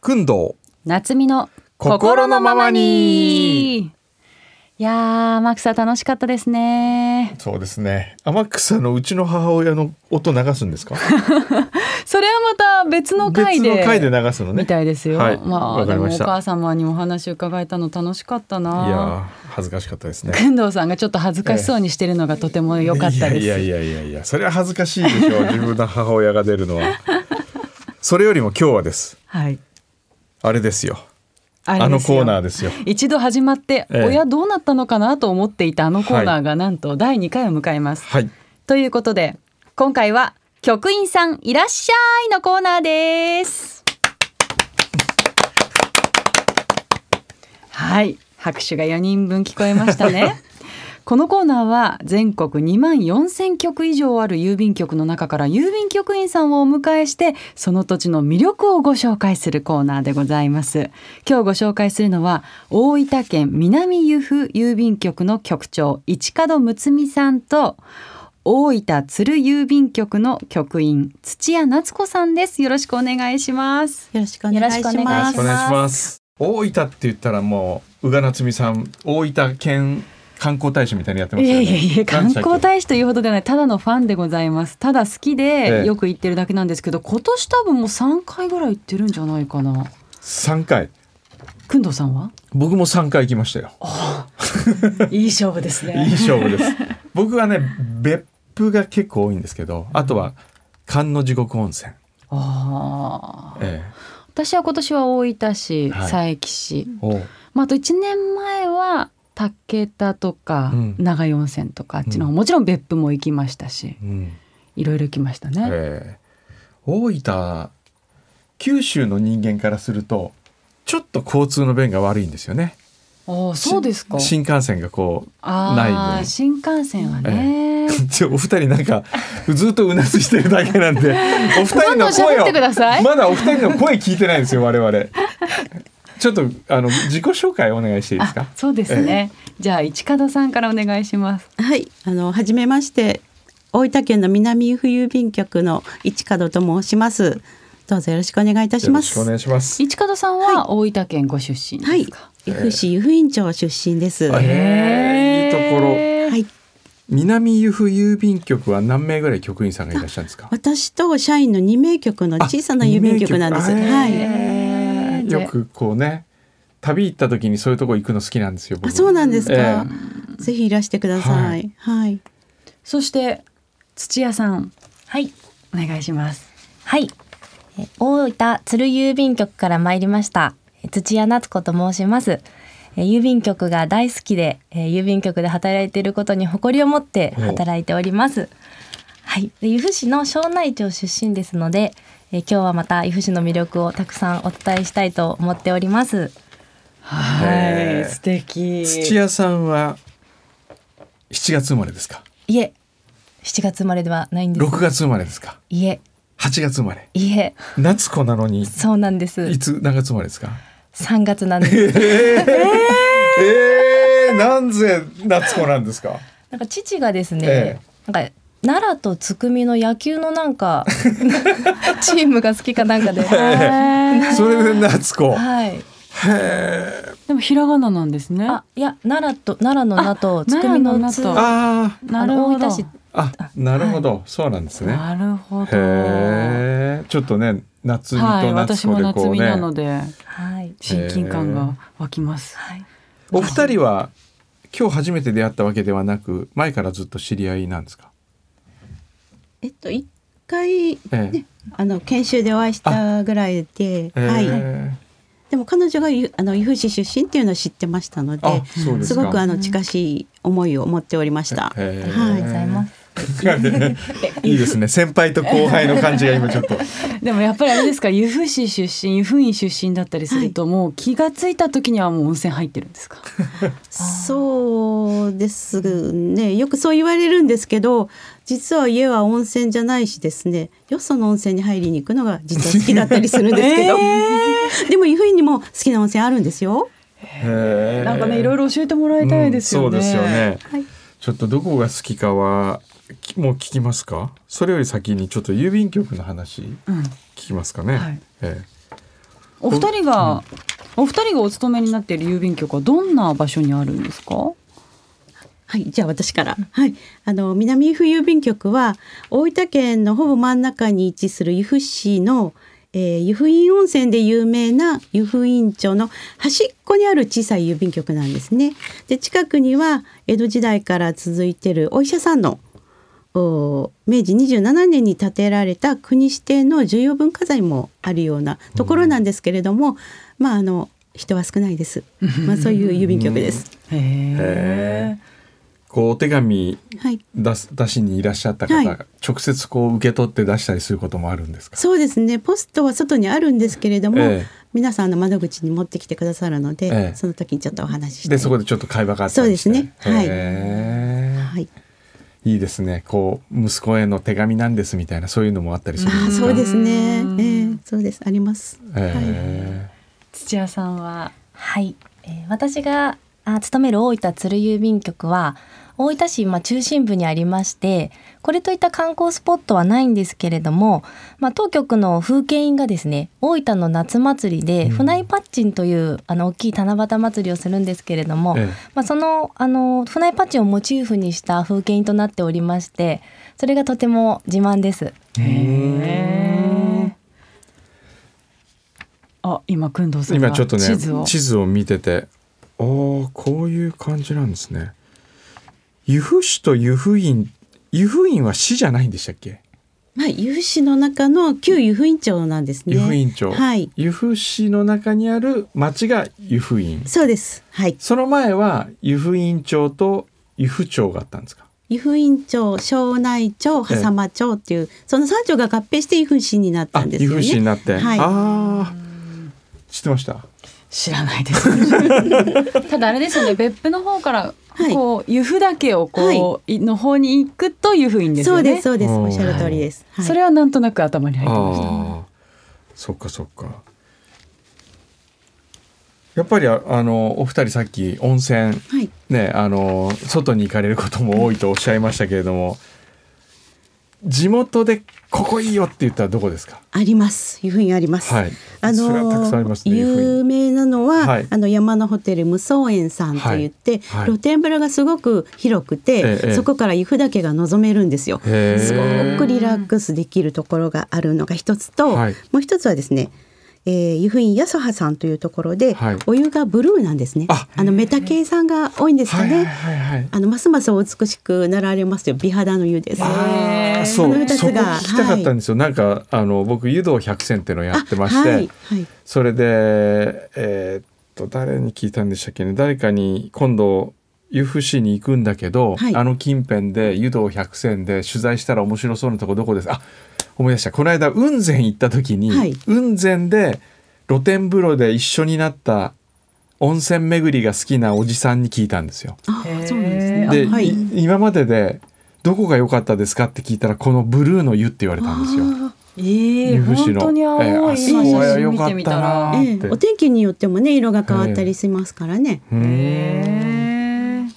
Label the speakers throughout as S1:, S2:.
S1: くんど
S2: 夏美の
S1: 心のままに
S2: いやー天草楽しかったですね
S1: そうですね天草のうちの母親の音流すんですか
S2: それはまた別の回で
S1: 別の回で流すのね
S2: みたいですよ、
S1: はい
S2: まあ
S1: わか
S2: で
S1: り
S2: もお
S1: ました
S2: 母様にお話を伺えたの楽しかった
S1: いや
S2: な
S1: ー恥ずかしかったですね
S2: 工藤さんがちょっと恥ずかしそうにしてるのがとても良かったです、
S1: いやいやいやいやいやそれは恥ずかしいでしょう 自分の母親が出るのはそれよりも今日はです
S2: はい
S1: あれですよ
S2: あ
S1: あのコーナー
S2: で
S1: ですよ
S2: すよ一度始まって、
S1: ええ
S2: 親どうなったのかなと思っていたあのコーナーがなんと第2回を迎えます、
S1: はい
S2: ということで今回は局員さんいらっしゃいのコーナーです はい拍手が4人分聞こえましたねこのコーナーは全国2万4000局以上ある郵便局の中から郵便局員さんをお迎えしてその土地の魅力をご紹介するコーナーでございます今日ご紹介するのは大分県南由布郵便局の局長市門睦美さんと大分鶴郵便局の局員土屋夏子さんですよろしくお願いします
S3: よろしくお
S4: よ
S3: 願
S4: ろ
S3: い
S4: し
S3: し
S4: くお
S3: ま
S4: 願
S3: す。
S4: いし
S1: よろしく
S4: ます
S1: お願いします大分って言ったらもう宇賀なつみさん大分県観光大使みたいにやってま
S2: い
S1: すよ
S2: え
S1: ね
S2: いえいえ観光
S1: 使
S2: 大使というほどではないただのファンでございますただ好き
S1: ええ
S2: でよく行ってるだけなんですけど、今年多分もう3回ぐらい行ってるんじゃないかな
S1: 三回
S2: くんどうさんは
S1: 僕も三回行きましたよ
S2: いい勝負です
S1: いい勝負です。僕はね別府が結構多いんですけど、あとは関の地獄温泉。
S2: ああ
S1: え
S2: 私は今年は大分市
S1: はい
S2: 佐伯市、
S1: え、おう
S2: まあ、あと1年前は竹田とか
S1: うん
S2: 長井温泉とかあっちの方、
S1: う
S2: もちろん別府も行きましたし
S1: うん、
S2: いろいろ行きましたね、
S1: ええ、大分九州の人間からするとちょっと交通の便が悪いんですよね。
S2: ああそうですか。
S1: 新幹線がこう。ない
S2: あ
S1: 分
S2: あ新幹線はね。
S1: ち ょお二人なんかずっとうなずしてるだけなん でお二人の
S2: どんどん
S1: 声
S2: 喋っ
S1: を
S2: てください
S1: まだお二人の声聞いてないんですよ我々ちょっとあの自己紹介お願いしていいですか
S2: あそうですね。じゃあ市門さんからお願いします。
S3: はい、あの初めまして、大分県の南由布郵便局の市門と申します。どうぞよろしくお願いいたし
S1: よろ
S3: ま
S1: し
S3: す。
S1: くお願いします
S2: 市門さんは大分県ご出身
S3: は
S2: で
S3: い
S2: すか。、
S3: 由布市由布院町出身です。
S1: は
S3: はいい、
S1: へえいいところ
S2: ろ
S1: 南由布郵便局は何名ぐらい局員さんがいらっしゃるんですか
S3: 私と社員の2名局の小さな郵便局なんです。
S1: あ二名局
S3: はい。
S1: へーよくこうね旅行った時にそういうとこ行くの好きなんですよ
S3: あ、そう
S1: で
S3: なんですか。
S1: え
S3: ぜひいらしてください。はい。
S2: そして土屋さん
S4: はい。
S2: お願いします。
S4: はい。え大分鶴郵便局から参りました。え土屋夏子と申します。え郵便局が大好きで、え郵便局で働いていることに誇りを持って
S1: お
S4: 働いております。はい。で由布市の庄内町出身ですので、え今日はまた由布市の魅力をたくさんお伝えしたいと思っております。
S2: は
S1: へー
S2: い素敵。
S1: 土屋さんは7月生まれですか
S4: いえ、7月生まれではないんです。
S1: 6月生まれですか
S4: いえ、
S1: 8月生まれ
S4: いえ、
S1: 夏子なのに
S4: そうなんです。
S1: いつ何月生まれですか
S4: 3月なんです。
S1: えー、えー、なんぜ夏子なんですか
S4: なんか父がですね、
S1: え
S4: なんか奈良とつくみの野球のなん かチームが好きかなんかで、
S1: え
S4: は
S1: ーそれで夏子
S4: い。
S2: でもひらがななんですね。
S4: あ、いや奈良と奈良の名とつくみ
S2: 奈良の
S4: の
S2: 名
S4: つ、
S2: と
S1: あー
S2: なるほ
S4: あの
S2: ど
S4: 大分。市
S1: あなるほど、そうなんですね
S2: なるほど。
S1: へえ、ちょっとね、夏美
S2: はい
S1: と夏
S2: 私も
S1: 子で
S2: 夏
S1: こう
S2: 美
S1: ね。
S2: なので
S4: はい。
S2: 親近感が湧きます。
S4: はい。
S1: お二人は今日初めて出会ったわけではなく、前からずっと知り合いなんですか。
S3: えっと一回
S1: ええ
S3: ね、あの研修でお会いしたぐらいで、はい。
S1: え
S3: でも彼女がゆあの由布市出身っていうのは知ってましたの
S1: ーあ
S3: で、、
S1: そうですすか。
S3: ごくあ
S1: の、
S3: の近しい思いを持っておりました。
S4: ありがとうございます。
S1: す。 いいですね、先輩と後輩の感じが今ちょっと。
S2: でもやっぱりあれですか由布市出身由布院出身だったりすると、もう気がついた時にはもう温泉入ってるんです か
S3: そうですね。よくそう言われるんですけど、実は家は温泉じゃないしですね。よその温泉に入りに行くのが実は好きだったりするんで すけど、でも由布院にも好きな温泉あるんですよ。
S1: へー
S2: なんかねいろいろ教えてもらいたいですよね、
S1: うんそうですよね。
S3: はい
S1: ちょっとどこが好きかはきもう聞きますか。それより先にちょっと郵便局の話。
S2: うん
S1: 聞きますかね。
S2: はい
S1: ええ
S2: お二人が、お二人がお勤めになっている郵便局はどんな場所にあるんですか。
S3: はい、じゃあ私から。はい。あの、南由布郵便局は、大分県のほぼ真ん中に位置する由布市の、えー、由布院温泉で有名な由布院町の端っこにある小さい郵便局なんですね。で、近くには、江戸時代から続いているお医者さんの、お明治27年に建てられた国指定の重要文化財もあるようなところなんですけれども、まあ、あの、人は少ないです。まあ、そういう郵便局です。
S2: へえ
S1: へ。こうお手紙
S3: はい。
S1: 出す出しにいらっしゃった方が、
S3: は
S1: 直接こう受け取って出したりすることもあるんですか。
S3: そうですねポストは外にあるんですけれども、
S1: ええ
S3: 皆さんの窓口に持ってきてくださるので、
S1: ええ
S3: その時にちょっとお話しして
S1: でそこでちょっと会話があったりして。
S3: そうですねはい
S1: へー
S3: はい、
S1: いいですね。こう息子への手紙なんですみたいなそういうのもあったりするん
S3: あ
S1: で
S3: あ
S1: すか。
S3: そうですね
S2: うん
S3: ええそうですあります、
S1: へ
S2: 土屋さんは。
S4: はい、えー私があ勤める大分鶴郵便局は大分市、まあ、中心部にありましてこれといった観光スポットはないんですけれども、まあ、当局の風景印がですね大分の夏祭りで
S1: うん
S4: 船井パッチンという、あの大きい七夕祭りをするんですけれども、
S1: ええ
S4: まあ、そのあの船井パッチンをモチーフにした風景印となっておりましてそれがとても自慢です。
S1: え
S2: へーあ、今、くんどうさんが
S1: 今ちょっとね
S2: 地図を。
S1: 見ててああこういう感じなんですね由布市と由布院由布院は市じゃないんでしたっけ
S3: はい、由布市の中の旧由布院町なんですね
S1: 由布院町、
S3: はい
S1: 由布市の中にある町が由布院
S3: そうですはい
S1: その前は由布院町と由布町があったんですか
S3: 由布院町庄内町
S1: ええ
S3: 波間町っていう、その三町が合併して由布市になった
S1: あ
S3: んです
S1: 由
S3: よね
S1: 布市になって、
S3: はい
S1: ああ知ってました
S2: 知らないです。 ただあれですよね、別府の方から、
S3: はい
S2: こう、由布岳を、こう、、
S3: はい
S2: の方に行くというふうにです
S3: そ
S2: よ
S3: う
S2: ね。
S3: ですそうです
S1: うん
S3: おっしゃる通りです、はい
S2: それはなんとなく頭に入ってました。
S1: ああそっかそっかやっぱりああのお二人さっき温泉
S3: はい
S1: ねあの外に行かれることも多いとおっしゃいましたけれども地元でここいいよって言ったらどこですか
S3: あります由布院あります、
S1: はい
S3: あ
S1: それはたくさんあり
S3: の
S1: ますね由布
S3: 有
S1: 院
S3: 名なのは、
S1: はい
S3: あの山のホテル無双園さんといって、
S1: はいはい
S3: 露天風呂がすごく広くて、
S1: ええ
S3: そこから由布岳が望めるんですよ。
S1: へー
S3: すごくリラックスできるところがあるのが一つと、
S1: はい
S3: もう一つはですね、えー、湯布院安葉さんというところで、
S1: はい
S3: お湯がブルーなんですね。
S1: あ
S3: あのメタ系さんが多いんですか
S1: はい
S3: ね。
S1: はいはいはい
S3: あのますますお美しくなられますよ美肌の湯です。
S1: あー
S3: こ
S1: そ
S3: の
S1: う
S3: 二つ
S1: そこ
S3: が
S1: 聞きたかったんですよ、なんかあの僕湯道百選っていうのをやってまして、
S3: あはいはい
S1: それでえーっと誰に聞いたんでしたっけね誰かに今度由布市に行くんだけど、
S3: はい
S1: あの近辺で湯道百選で取材したら面白そうなとこどこですあ思い出したこの間雲仙行った時に、
S3: はい
S1: 雲仙で露天風呂で一緒になった温泉巡りが好きなおじさんに聞いたんですよ。
S3: あーそうなんですね。
S1: で、
S3: あはい
S1: い今まででどこが良かったですかって聞いたらこのブルーの湯って言われたんですよ。
S3: あー
S2: ええ
S1: 由布市
S2: 本
S1: の
S2: 当に青い、
S1: ええあそ
S2: 今
S1: こは
S2: 写真
S1: 良
S2: 見
S1: か
S2: て
S1: っ
S2: みた
S1: た
S2: ら。
S1: な
S3: え
S1: ーって
S3: え、お天気によってもね色が変わったりしますからね。
S1: うーん
S2: へー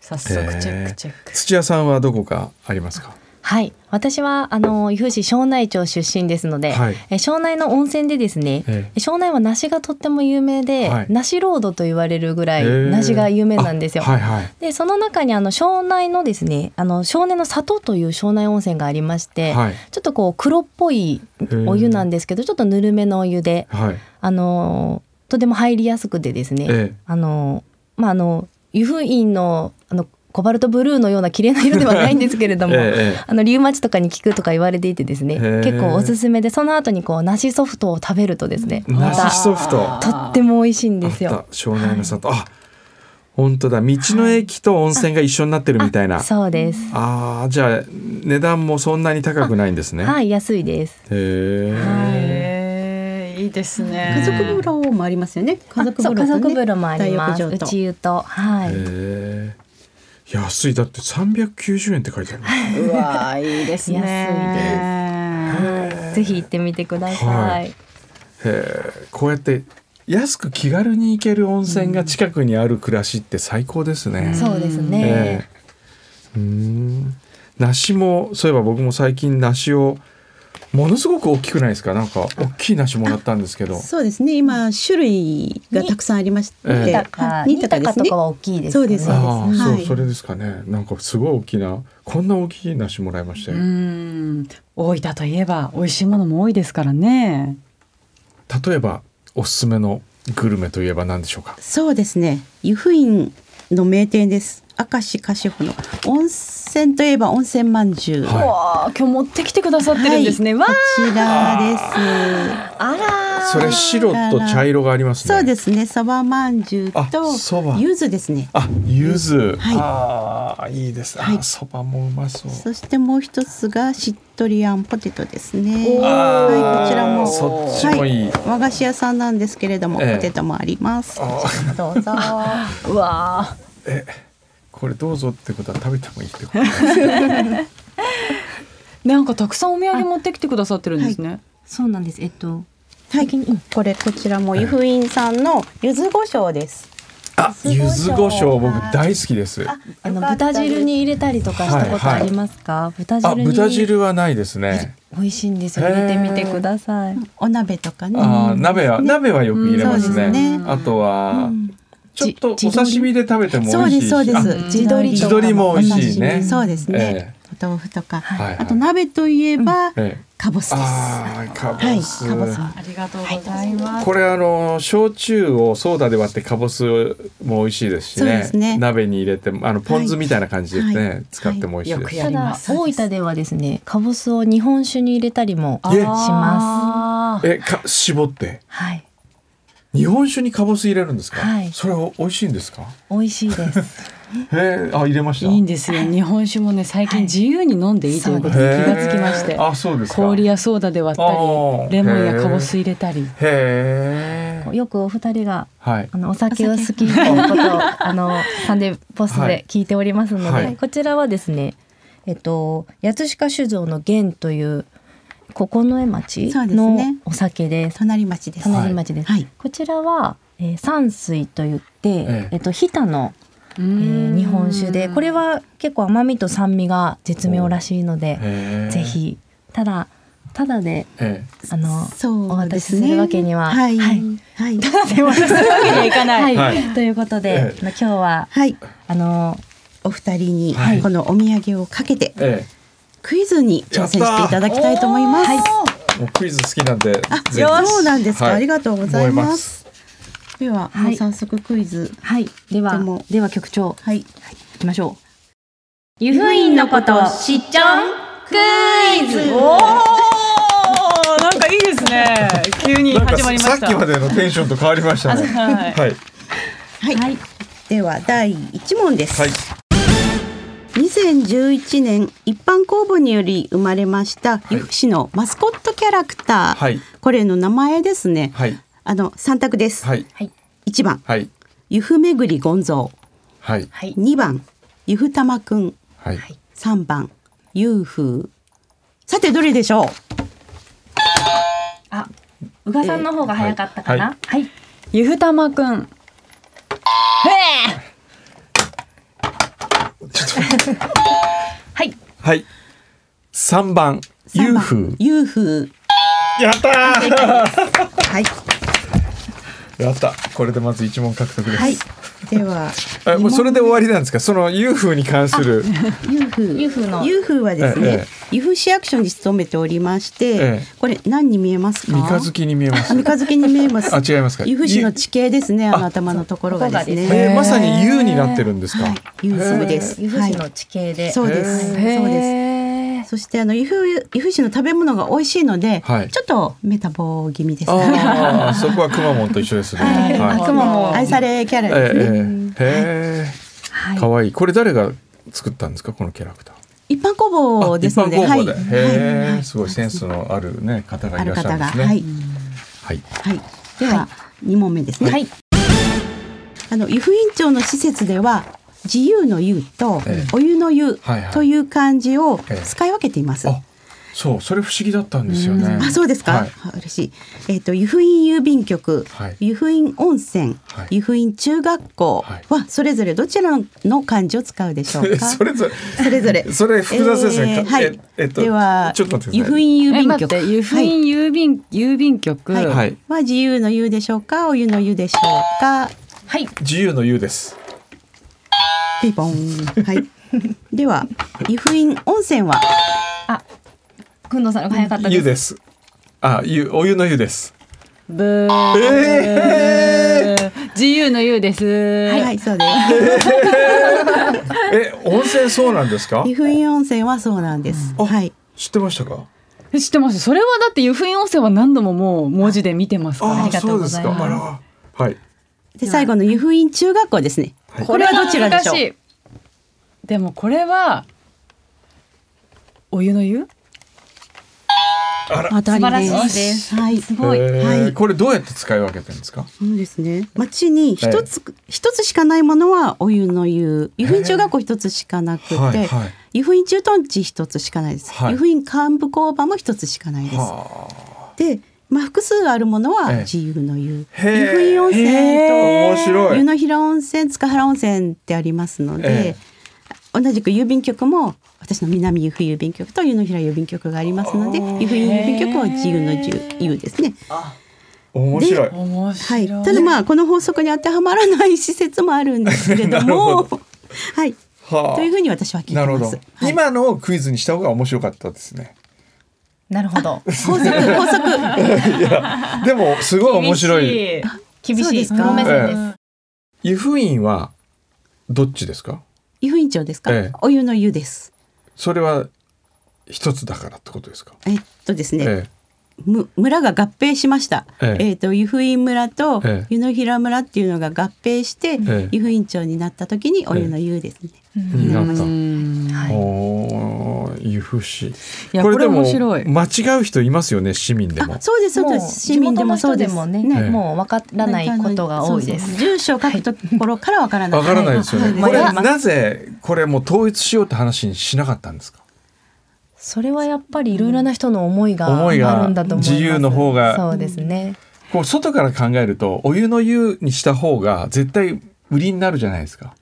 S2: 早速チェックチェック。
S1: 土屋さんはどこかありますか。
S4: はい、私はあの由布市庄内町出身ですので、
S1: はい
S4: え庄内の温泉でですね、
S1: え
S4: 庄内は梨がとっても有名で、
S1: はい
S4: 梨ロードと言われるぐらい
S1: えー
S4: 梨が有名なんですよ。
S1: あはいはい。
S4: でその中にあの庄内のですねあの庄内の里という庄内温泉がありまして、
S1: はい
S4: ちょっとこう黒っぽい
S1: ー
S4: お湯なんですけどちょっとぬるめのお湯で
S1: はい。
S4: あのとても入りやすくてですね、
S1: ええ
S4: あのまああの湯布院のあのコバルトブルーのような綺麗な色ではないんですけれども、
S1: ええ
S4: あのリウマチとかに効くとか言われていてですね
S1: へー
S4: 結構おすすめでその後にこう梨ソフトを食べるとですねま
S1: 梨
S4: た
S1: ソフト
S4: とっても美味しいんです
S1: あっ
S4: よ
S1: た。庄内の里。あ、本当だ。道の駅と温泉が一緒になってるみたいな。
S4: そうです、
S1: ああ、じゃあ値段もそんなに高くないんですね。。
S4: はいい安いです
S1: へえ。
S2: へえいいですね。
S3: 家族風呂もありますよね。家族風呂と、ね、
S4: あそう家族風呂もあります
S3: 大浴場と
S4: 内湯とはい、
S1: へえ。安いだって三百九十円って書いてある。
S2: うわーいいですね。
S4: はいぜひ行ってみてくださ、
S1: はいへえ。こうやって安く気軽に行ける温泉が近くにある暮らしって最高ですね。
S4: そうですね、
S1: ええうーん梨もそういえば僕も最近梨をものすごく大きくないですかなんか大きい梨もらったんですけど
S3: そうですね。今種類がたくさんありまして、
S1: ええ
S4: ニタカ、
S3: ニ
S4: ニ
S3: タ
S4: タ
S3: カで
S4: カ
S3: す
S4: と
S3: ね
S4: か。は大きいです
S3: そ
S4: よ
S3: う
S4: ね。
S3: です
S1: ああそう、
S3: はい
S1: それですかねなんかすごい大きなこんな大きい梨もらいました
S2: う
S1: よ、
S2: ん大分といえば美味しいものも多いですからね
S1: 例えばおすすめのグルメといえば何でしょうか
S3: そうですね。湯布院の名店です。明石カシェフの温泉といえば温泉饅頭。
S1: はいう
S2: わあ今日持ってきてくださってるんですね、
S3: はい
S2: わ
S3: こ
S2: あ
S3: ちら
S4: あらー
S1: それ白と茶色がありま
S3: ですす。
S1: ね
S3: そうですね。サバ饅頭
S1: あそば
S3: と柚子ですね。
S1: あ柚子、
S3: はい
S1: ああいいです
S3: は
S1: あ
S3: い
S1: そばもうまそう
S3: そしてもう一つがしっとりあんポテトですね。
S2: おー
S1: あー
S3: はい、こちらも。
S1: そっちもいい、
S3: は和菓子屋さんなんですけれども、
S1: ええ
S3: ポテトもあります。
S1: あー
S3: ど うぞ。
S2: うわあ
S1: これどうぞってことは食べてもいい ってことね
S2: なんかたくさんお土産持ってきてくださってるんですね、
S4: そうなんです。えっと、
S3: はい、これこちらも湯布院さんの柚子胡椒です。
S1: あ柚子胡椒僕大好きです
S4: あの豚汁に入れたりとかしたことありますか？豚
S1: あ
S4: 汁に
S1: 豚汁はないですね
S4: 美味しいんですよ。入れてみてください。
S3: お鍋とかね。
S1: あー鍋は鍋はよく入れます
S3: うんそうで
S1: ね
S3: すね
S1: あとはちょっとお
S4: じ
S1: 刺身で食べても美
S3: そう
S1: 味
S3: で
S1: しいし
S3: すそうです
S1: あ。
S2: ん
S3: 地鶏
S1: 地
S3: とか
S1: 鶏も美味しい
S3: お刺
S1: ね
S3: 身そうです
S1: え
S3: ね。お豆腐とか。
S1: はいはい
S3: あと鍋といえば
S1: ええ
S3: カボスです。
S1: あ
S3: は
S1: ーカ
S3: い、
S1: ボス
S3: カボス。
S2: ありがとうございます、
S1: これあの焼酎をソーダで割ってかぼすも美味しいですし
S3: そうで
S1: ね
S3: すね
S1: 鍋に入れてもあのポン酢みたいな感じでね、
S3: はい
S1: 使っても美味しいです、
S2: はいよくや
S4: た
S2: りま
S4: だ
S2: す
S4: 大分ではですね、カボスを日本酒に入れたりも
S1: え
S4: します。
S2: す
S1: えか絞って
S4: はい、
S1: 日本酒にかぼす入れるんですか、
S4: はい
S1: それお美味しいんですか
S4: 美味しいです。
S1: へえあ入れました
S2: いいんですよ日本酒もね最近自由に飲んでいいということに気
S1: へえ
S2: がつきまして
S1: あそうですか
S2: 氷
S1: へ
S2: やソーダで割った
S1: あー
S2: りレモンやかぼす入れたり
S1: え
S4: よくお二人が
S1: はい
S4: あのお酒を好きなことをあの サンデーポストで聞いておりますので、
S1: はい
S4: こちらはですね、えっと八塚酒造の源という九重町
S3: そうです
S4: の
S3: ね
S4: お酒です。
S3: 隣町です。
S4: 隣町です。
S3: はい
S4: こちらは、えー、山水と言って、
S1: え
S4: えっと日田の、えー日本酒で、これは結構甘みと酸味が絶妙らしいので、
S1: へえ
S4: ぜひただただで
S1: え
S4: あのお
S3: そう
S4: 渡
S3: で
S4: しす
S3: すね。
S4: るわけには
S3: はい
S4: はい
S3: はい
S2: いかない
S4: はい、
S1: はい
S4: ということで、
S1: え
S4: まあ今日は
S3: はい。
S4: あの
S3: お二人に
S1: はい
S3: このお土産をかけて
S1: ええ
S3: クイズに挑戦していただきたいと思います。
S4: はい
S1: えもうクイズ好きなんであ
S3: そうなんですか、あり
S1: がと
S3: がとうございます。では、
S4: はい
S3: もう早速クイズ。
S4: はいでは
S3: でも
S4: では局長
S3: はい。
S4: 行きましょう湯布院のこと知っちゃんクイズ
S2: おーなんかいいで すね急に
S1: なんか
S2: 始まりました
S1: さっきまでのテンションと変わりましたね
S2: はい
S1: はい
S3: はい。
S4: はい
S3: では、第一問です。
S1: はい
S3: 2011年、一般公募により生まれました、
S1: い
S3: 由布市のマスコットキャラクター。
S1: はい
S3: これの名前ですね。
S1: はい
S3: あの、三択です。
S1: はい
S4: はい
S3: 一番、
S1: はい
S3: 由布めぐりゴンゾ
S1: はい
S4: はい
S3: ウ。二番、由布たまくん。
S1: はい
S3: 三番、ゆうふう。さて、どれでしょう
S4: あ宇賀さんの方が早かったかなはい、
S2: ゆふたまくん
S4: はい
S1: はい三番
S3: 三
S1: ユー
S3: 番
S1: フ
S3: ゆうふう。
S1: ーやったー
S3: はい。
S1: やったこれでまず一問獲得です、
S3: はい。では、
S1: えもうそれで終わりなんですかそのユーフーに関する
S3: ユーフー
S4: ユーフーの
S3: ユーフーはですね、
S1: え
S3: ユフ市役所に勤めておりまして、
S1: ええ
S3: これ何に見えますか？
S1: 三日月に見えま
S3: あ
S1: す
S3: 三日月に見えます。
S1: あ違いますか
S3: ユフ市の地形ですね、あの頭のところがです
S4: ここ
S1: え
S3: ね。
S4: が
S1: ーまさに U になってるんですか、
S3: はい、ユーフーです。
S4: 湯布
S3: は
S4: 市
S3: い、
S4: の地形で、
S3: そうです。そうです。
S2: す
S3: そしてあのユフユフ市の食べ物が美味しいので、
S1: はい
S3: ちょっとメタボー気味ですね。
S1: ああそこはくまモンと一緒ですね
S3: は
S1: は
S3: い、
S1: い
S4: あ熊も
S3: 愛されキャラ
S1: え
S3: ですね。
S1: ーえーへ
S4: は
S1: え
S4: い
S1: かわいいこれ誰が作ったんですかこのキャラクター
S3: 一般公
S1: あ
S3: 募ですので、
S1: 一般公募で、
S3: はい
S1: へ
S3: は
S1: え
S3: い
S1: すごいセンスのあるね方が
S3: あ
S1: いら
S3: る
S1: っしゃるん
S3: 方
S1: で
S3: が、
S1: すね
S3: はい、
S1: はい
S3: はい。では二問目ですね。
S4: はい
S3: あの湯布院町の施設では自由の湯と
S1: ええ
S3: お湯の湯
S1: はいはい
S3: という漢字を
S1: ええ
S3: 使い分けています。
S1: あそうそれ不思議だったんですよね。
S3: あ、そうですか。
S1: はい
S3: あ嬉しい。えっ、と、湯布院郵便局、
S1: はい
S3: 湯布院温泉、
S1: はい
S3: 湯布院中学校
S1: はい
S3: はそれぞれどちらの漢字を使うでしょう か。
S1: それぞれ
S3: それぞれ。
S1: それ複雑ですね
S3: えー
S1: か
S3: はい。
S1: ええっと
S3: では、
S1: ちょっと待ってく
S3: 湯
S1: ださい
S3: 布院郵
S2: え
S3: 便
S2: 待っ
S3: 局。
S2: て湯布院郵便、郵便局、
S3: はい
S1: はい
S3: は自由の湯でしょうか、お湯の湯でしょうか。
S4: はい。
S1: 自由の湯です。
S3: ピンポン。はい。 では、湯布院温泉は。
S4: あ、くんどうさんの方が早かったで
S1: 湯
S4: す。
S1: です。あ湯お湯の湯です。
S2: ブー、
S1: え
S2: 自由の湯です。
S3: はい、
S2: はい、
S3: そうです。
S1: え温泉そうなんですか
S3: 湯？布院温泉はそうなんです。
S1: あ
S3: はい。
S1: 知ってましたか？
S2: 知ってます。それはだって湯布院温泉は何度ももう文字で見てますから。
S1: あ
S4: り
S1: あ
S4: がと
S1: そうう
S4: ご
S1: で
S4: ざ
S1: す
S4: い
S1: か。
S4: ます
S1: あらはい。
S3: で、最後の湯布院中学校ですね。
S1: はい
S3: これはどちらでしょう
S2: これは難いでもこれはお湯の湯
S1: あら。
S3: 当たり
S4: 素晴ら
S3: で
S4: しいです
S3: す。はい。
S4: すごい。
S1: えー
S3: はい
S1: これどうやって使い分けてるんですか？
S3: そうですね。町に一つ、一つしかないものはお湯の湯。湯布院中学校一つしかなくて、
S1: はいはい
S3: 湯布院駐屯地一つしかないです。
S1: はい
S3: 湯布院幹部工場も一つしかないです。
S1: は
S3: で、まあ複数あるものは
S1: ええ
S3: 自由の湯。
S1: へえ
S3: 湯布院温泉
S1: へえ面
S3: と
S1: 白い
S3: 湯の平温泉、塚原温泉ってありますので、
S1: ええ
S3: 同じく郵便局も私の南湯布郵便局と湯の平郵便局がありますので、湯布院郵便局は自由の湯ですね。
S1: あ面白い。
S2: 面
S3: は
S2: 白
S3: い、
S2: い、
S3: ただまあこの法則に当てはまらない施設もあるんですけれど
S1: なる
S3: も
S1: ほ
S3: はい
S1: はあ
S3: というふうに私は聞いて
S1: なる
S3: ま
S1: ほ
S3: す
S1: ど。。今のをクイズにした方が面白かったですね。
S4: なるほど。
S3: 法則法則
S1: でもすごい面白い。
S4: 厳
S3: そう
S4: し
S3: で
S4: い。
S3: す
S4: プ
S3: か
S4: ロ目線です。
S1: 湯布院はどっちですか？
S3: 湯布院長ですか、
S1: ええ
S3: お湯の湯です。
S1: それは一つだからってことですか？
S3: えっとですね、
S1: え
S3: む村が合併しました。
S1: え
S3: え
S1: え
S3: っと湯布院村と
S1: ええ
S3: 湯の平村っていうのが合併して、
S1: え
S3: 湯布院長になった時にお湯の湯ですね。
S1: えになった。
S4: はい
S1: おー湯布市。
S2: いやこれ面白い
S1: 間違う人いますよね市民でも
S3: あ、。そうですそうです。市民でもそうです。
S4: もう地元の人
S1: ええ
S4: ね、もう分からないことが多いで
S3: そうそう
S4: す。
S3: 住所を書くところからわからない。
S1: わからないですよね。こ
S4: はい
S1: れ
S4: わかります
S1: なぜこれもう統一しようって話にしなかったんですか。
S4: それはやっぱりいろいろな人の思いが
S1: 思いが
S4: あるんだと思います。
S1: 自由の方が
S4: そうですね。
S1: こう外から考えるとお湯の湯にした方が絶対売りになるじゃないですか。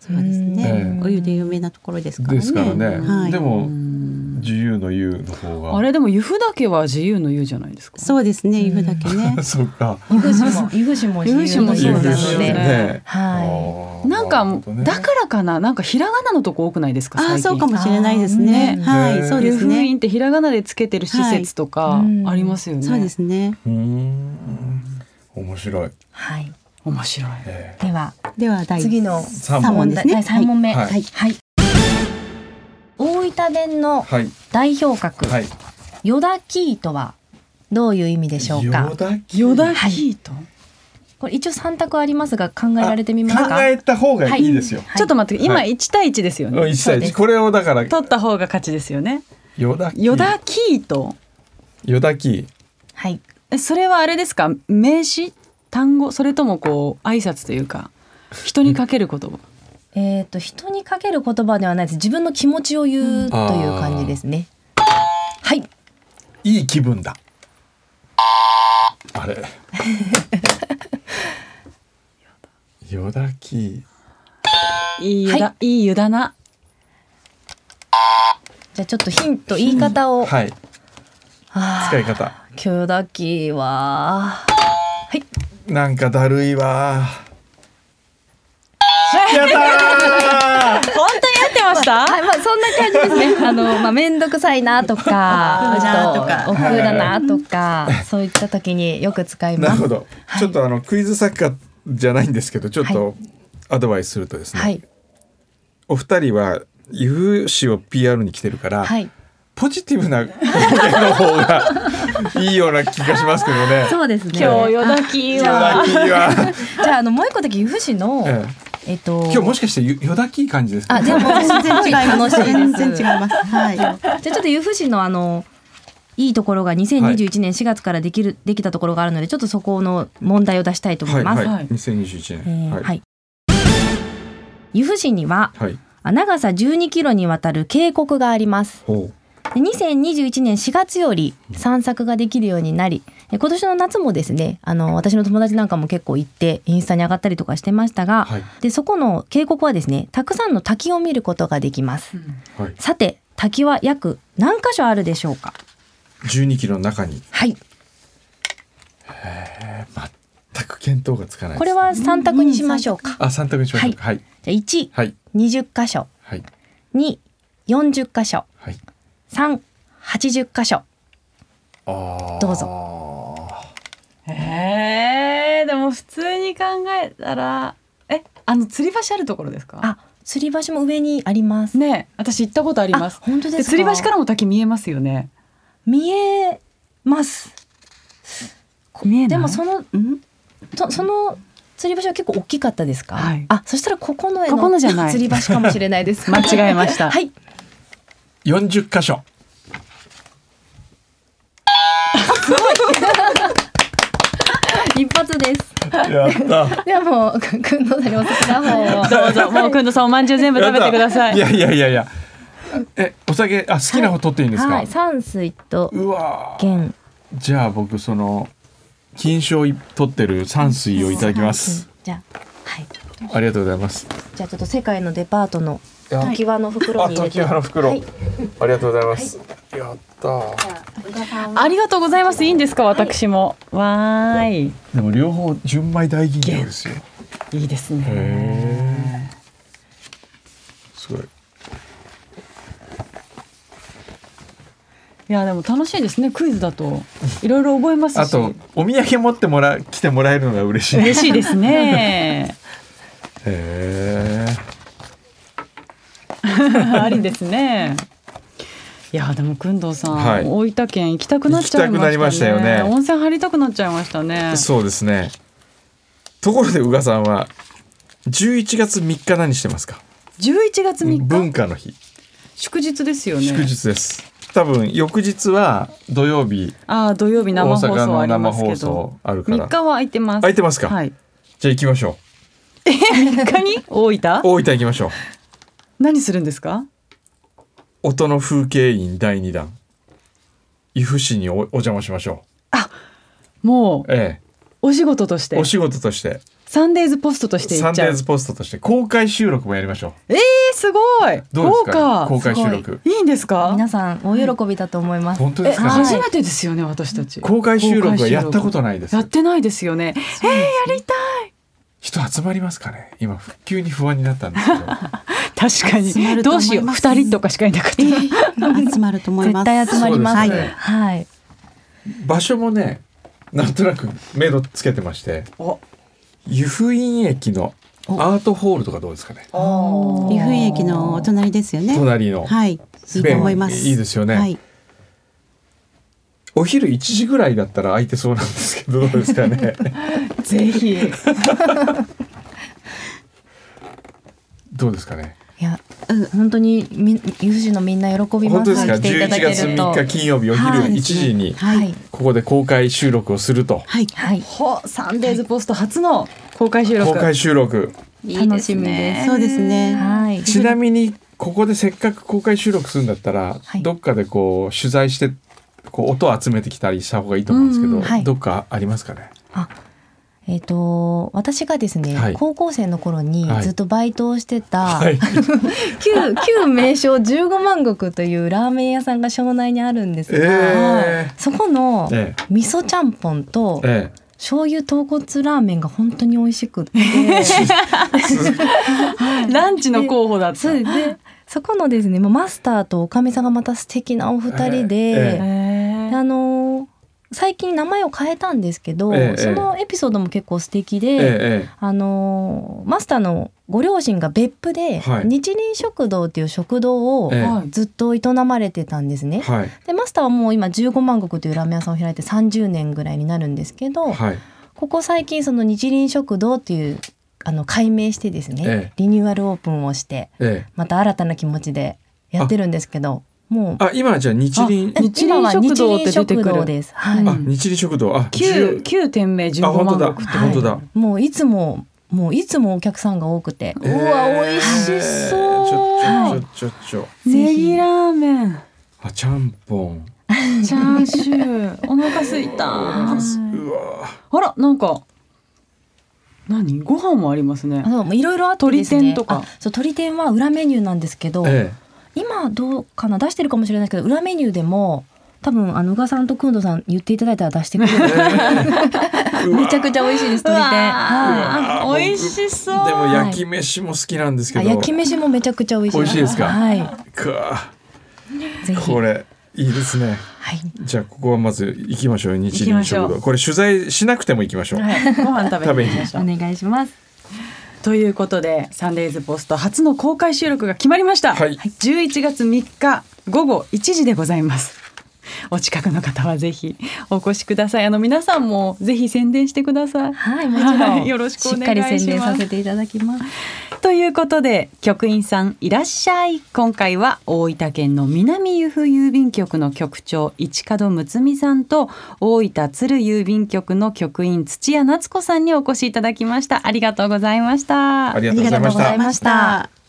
S3: そうですね
S1: え。え
S3: お湯で有名なところですからね。
S1: ですからね。
S3: はい、
S1: でも自由の湯の方が。。
S2: あれでも湯布だけは自由の湯じゃないですか
S3: そうですね。湯布だけね
S1: そうか。
S4: イグシ も、イグシも自由の
S2: そ
S4: よ
S2: う
S4: う
S2: で
S4: な
S2: す
S4: の
S2: よ
S4: で、
S2: ね
S4: は
S1: あー
S2: なんか、
S1: なるほどね
S2: だからかななんかひらがなのとこ多くないですか
S3: あ
S2: 最
S3: あ、
S2: 近
S3: そうかもしれないですね。
S1: あー
S3: は
S1: ね
S3: い、そう
S2: 湯
S3: です
S2: 布
S3: ね。
S2: 院ってひらがなでつけてる施設と
S4: は
S2: か
S4: いうん
S2: ありますよね、
S3: そうですね。
S1: うーん面白い。
S4: はい。
S2: 面白い
S1: え
S4: では、
S3: では第
S4: 次の
S1: 三
S3: 三
S1: 問
S3: 問ですね
S4: 第三問目。
S1: はい
S4: はい。はい大分弁の
S1: はい
S4: 代表格、
S1: はい。
S4: ヨダキーとはどういう意味でしょうか
S1: よ。だき
S2: ヨダヒート、
S4: これ一応三択ありますが考えられてみますか。
S1: 考えた方がいいですよ。
S4: はい
S2: ちょっと待って今
S1: はい
S2: 1対1ですよね、
S1: うん一
S4: そう
S1: 対
S4: で
S1: 一
S4: す
S1: これをだから
S2: 取った方が勝ちですよね
S1: よだき
S2: ヨダキート
S1: よだき
S4: はい。
S2: えそれはあれですか名詞単語それともこう挨拶というか人にかける言葉
S4: えっ、と人にかける言葉ではないです。自分の気持ちを言うという感じですね。はい。
S1: いい気分だ。 あれ。よだき
S2: いいゆだ、、
S4: はい
S2: いゆだな
S4: じゃあちょっとヒント言い方を。
S1: はい
S4: あ
S1: 使い方
S4: ー今日だけは。はい。
S1: なんかだるいわ。やったー。
S2: 本当に合ってました、
S4: はい、まあそんな感じで すね。あのまあ面倒くさいなとか、ちょっと億劫だなとか、そういった時によく 使い
S1: な
S4: ま
S1: る
S4: す
S1: ほ。ど。ちょっとあのクイズ作家じゃないんですけど、ちょっとアドバイスするとですね。
S4: はい
S1: お二人は由布市を PR に来てるから、
S4: はい。
S1: ポジティブな表現の方がいいような気がしますけどね。
S4: そうですね。
S2: 今日よだき
S1: よだ
S2: は
S1: きは。
S4: じゃああのもう一個だけ由布市の
S1: え
S4: えっと
S1: 今日もしかしてよよだきい感じですか、
S4: あでも
S3: 全然違いま
S4: 楽しい
S3: す。
S4: です
S3: 全然違います。はい。
S4: じゃあちょっと由布市のあのいいところが2021年4月からできる、できたところがあるのでちょっとそこの問題を出したいと思
S1: はいい
S4: ます。
S1: はい。2021
S4: え
S1: 年。
S4: ーはい由布市には
S1: はい。
S4: 長さ12キロにわたる渓谷があります。
S1: ほ
S4: で2021年4月より散策ができるようになりえ今年の夏もですねあの私の友達なんかも結構行ってインスタに上がったりとかしてましたが、
S1: はい
S4: でそこの渓谷はですねたくさんの滝を見ることができます
S1: はい、
S4: さて滝は約何箇所あるでしょうか
S1: 12キロの中に
S4: はい
S1: 全く見当がつかないです
S4: これは3択にしましょうか、
S1: あ三択にしましょうかはい
S4: じゃ
S1: は
S4: あ
S1: い
S4: 120箇所
S1: はい
S4: 240箇所
S1: はい
S4: 380箇所
S1: あー
S4: どう
S2: えー、でも普通に考えたらえあの吊り橋あるところですか
S4: あ釣り橋も上にあります
S2: ねえ私行ったことあります
S4: あ本当
S2: で
S4: ですか
S2: 吊り橋からも滝見えますよね
S4: 見えます
S2: 見えない
S4: でもその
S3: うん
S4: とその釣り橋は結構大きかったですか、
S2: はい
S4: あそしたらここの絵の
S2: ここのじゃない
S4: 釣り橋かもしれないで す
S2: 間違えました
S4: はい
S1: 40箇所
S4: 一発です
S1: やった
S4: ではもうくくんのさんにお酒の方を
S2: どうぞもうくんどさんおまんじゅう全部食べてください
S1: いやいやいやいや。え、お酒、あ、好きな方取っていいんですか。
S4: はい山水と
S1: うわー。
S4: 剣
S1: じゃあ、僕、その。金賞を取ってる山水をいただきます。
S4: じゃあはい
S1: ありがとうございます。
S4: じゃあちょっと世界のデパートの
S1: あ
S4: 常盤の袋に入れて、
S1: の袋
S4: はい
S1: ありがとうございます。やったー。
S2: ありがとうございますいいんですか私も、わーい
S1: でも、両方純米大吟醸ですよ。
S2: いいですね
S1: へーすごい。
S2: いやでも楽しいですねクイズだといろいろ覚えますし
S1: あと、お土産持ってもら、来てもらえるのが嬉しい。へ
S2: 嬉しいです ね
S1: え。
S2: ありですねいやでもくんどうさん、
S1: はい
S2: 大分県行きたくなっちゃいましたね
S1: 行きたくなりましたよね
S2: 温泉入りたくなっちゃいましたね
S1: そうですね。ところで宇賀さんは11月3日何してますか？
S2: 11月3
S1: 文
S2: 日
S1: 化の日、
S2: 祝日ですよね
S1: 祝日です。多分翌日は土曜日
S2: ああ土曜日
S1: 大
S2: 生放
S1: 阪
S2: 送あ
S1: の
S2: り
S1: 生
S2: ます
S1: 放
S2: けど
S1: 送あるか
S2: 3
S1: ら。
S2: 日は空いてます
S1: 空いてますか
S2: はい
S1: じゃあ行きましょ
S2: 3日に大
S1: う。
S2: 分
S1: 大分行きましょう。
S2: 何するんですか
S1: 音の風景院第2弾。由布市におお邪魔しましょ
S2: もう
S1: う。え
S2: お仕事とし
S1: え、
S2: て
S1: お仕事として
S2: サンデーズポストとして行
S1: サ
S2: っ
S1: ン
S2: ちゃ
S1: デー
S2: う
S1: ズポストとして公開収録もやりましょう。
S2: えー、すごい
S1: どうですか？
S2: 豪
S1: 公
S2: 華
S1: 開収録。
S2: いいんですか
S4: 皆さん大喜びだと思います、
S1: 本当
S2: え
S1: ですか？
S2: 初めてですよね私たち
S1: 公開収録はやった
S2: 公開収録
S1: ことないです
S2: や。ってないですよねえー、やりた
S1: 人集まりますかね今復旧に不安になったんですけど
S2: い確か
S3: 集ま
S2: に
S3: ると
S2: どう
S3: 思います
S2: しよう二人とかしかいなかった、
S3: 集まると思いま
S4: 絶
S3: す。
S4: 対集まります
S1: そうですね
S4: はい
S1: 場所もねなんとなく目処つけてまして
S2: お
S1: 湯布院駅のアートホールとかどうですかね
S2: お
S3: 湯布院駅のお隣ですよね。
S1: 隣の、
S3: はい、いいと思います。
S1: いいですよね
S3: はい、
S1: お昼1時ぐらいだったら空いてそうなんですけどどうですか ね
S2: ぜひ
S1: どうですかね
S4: いや
S3: うん
S4: 本当にみ有志のみんな喜び
S1: 本
S4: ます
S1: 当ですか
S4: 来ていただ
S1: 11
S4: ける
S1: 月
S4: と
S1: 3日金曜日お昼
S4: はい
S1: 1時に
S4: はい
S1: ここで公開収録をすると
S3: はい、
S4: はい
S2: ほサンデーズポスト初の公開収録
S1: 公開収録
S2: いい
S4: 楽
S2: で
S4: し
S2: す
S4: み
S2: ね
S4: で
S3: そうですね。
S4: はい
S1: ちなみにここでせっかく公開収録するんだったら、
S4: はい
S1: どっかでこう取材してこう音を集めてきたりした方がいいと思うんですけど、
S4: うんうんはい
S1: どっかありますかね
S4: あえっ、と私がですね、
S1: はい
S4: 高校生の頃に
S1: はい
S4: ずっとバイトをしてた、
S1: はい
S4: 旧旧名称十五万石というラーメン屋さんが庄内にあるんですが、
S1: え
S4: そこの
S1: ええ
S4: 味噌ちゃんぽんと
S1: え
S4: 醤油豚骨ラーメンが本当に美味しくって、
S2: ランチの候補だった
S4: そうですねそこのですねまあマスターとおかみさんがまた素敵なお二人で、
S1: ええ
S2: へ
S4: で
S2: ー
S4: あのー最近名前を変えたんですけど、
S1: ええ
S4: そのエピソードも結構素敵で、
S1: ええ
S4: あのーマスターのご両親が別府で、
S1: はい
S4: 日輪食堂っていう食堂を
S1: ええ
S2: はい
S4: ずっと営まれてたんですね。
S1: えはい
S4: でマスターはもう今15万石というラーメン屋さんを開いて30年ぐらいになるんですけど、
S1: はい
S4: ここ最近その日輪食堂っていうあの改名してですね、
S1: ええ
S4: リニューアルオープンをして
S1: ええ
S4: また新たな気持ちでやってるんですけどもう
S1: あ今じゃあ日輪
S2: あ日輪食堂って出てくる
S4: 今は日輪食堂です。は
S2: う
S4: い
S2: ん
S1: あ日輪食堂あ
S2: 旧旧店名
S1: あ
S2: 15
S1: 本当
S2: 万
S1: だ
S2: 石って
S1: 本当だ、
S4: もういつももういつもお客さんが多くて、
S1: ええ
S4: うわ美味しそう、
S1: ちょちょちょちょちょ、
S2: ネギラーメン
S1: ああちゃんぽん
S2: チャーシュ ーお腹空いた
S4: は
S2: あ
S4: いう
S1: わー
S2: らなんか何ご飯もありますね
S4: あでもいろいろあってですね
S2: 鳥天とか
S4: あそう鳥天は裏メニューなんですけど、
S1: え
S4: 今どうかな出してるかもしれないですけど裏メニューでも多分あの宇賀さんとくんどさん言っていただいたら出してくれ
S1: え
S4: る
S1: うわ
S4: めちゃくちゃ美味しいです
S2: う
S4: 鳥天
S2: わ
S4: はい
S2: あ
S1: うわ
S2: 美味しそう
S1: でも焼き飯も好きなんですけ
S4: あ
S1: ど、
S4: 焼き飯もめちゃくちゃ美味しい
S1: 美味しいですか
S4: はい
S1: か
S4: ぜひ
S1: これいいですね
S4: はい
S1: じゃあここはまず行きましょう日
S2: 行きま
S1: 輪
S2: しょう
S1: 食堂これ取材しなくても行きましょう、
S2: はいご飯食べに行きましょう
S4: お願いします
S2: ということでサンデーズポスト初の公開収録が決まりました、
S1: はい
S2: 11月3日午後1時でございますお近くの方はぜひお越しくださいあの皆さんもぜひ宣伝してください
S4: はいもちろん、
S2: はいよろしくお願いします
S4: っかり宣伝させていただきます
S2: ということで局員さんいらっしゃい今回は大分県の南由布郵便局の局長市門睦美さんと大分鶴郵便局の局員土屋夏子さんにお越しいただきましたありがとうございました
S1: ありがとうございました
S4: ありがとうございました
S3: ました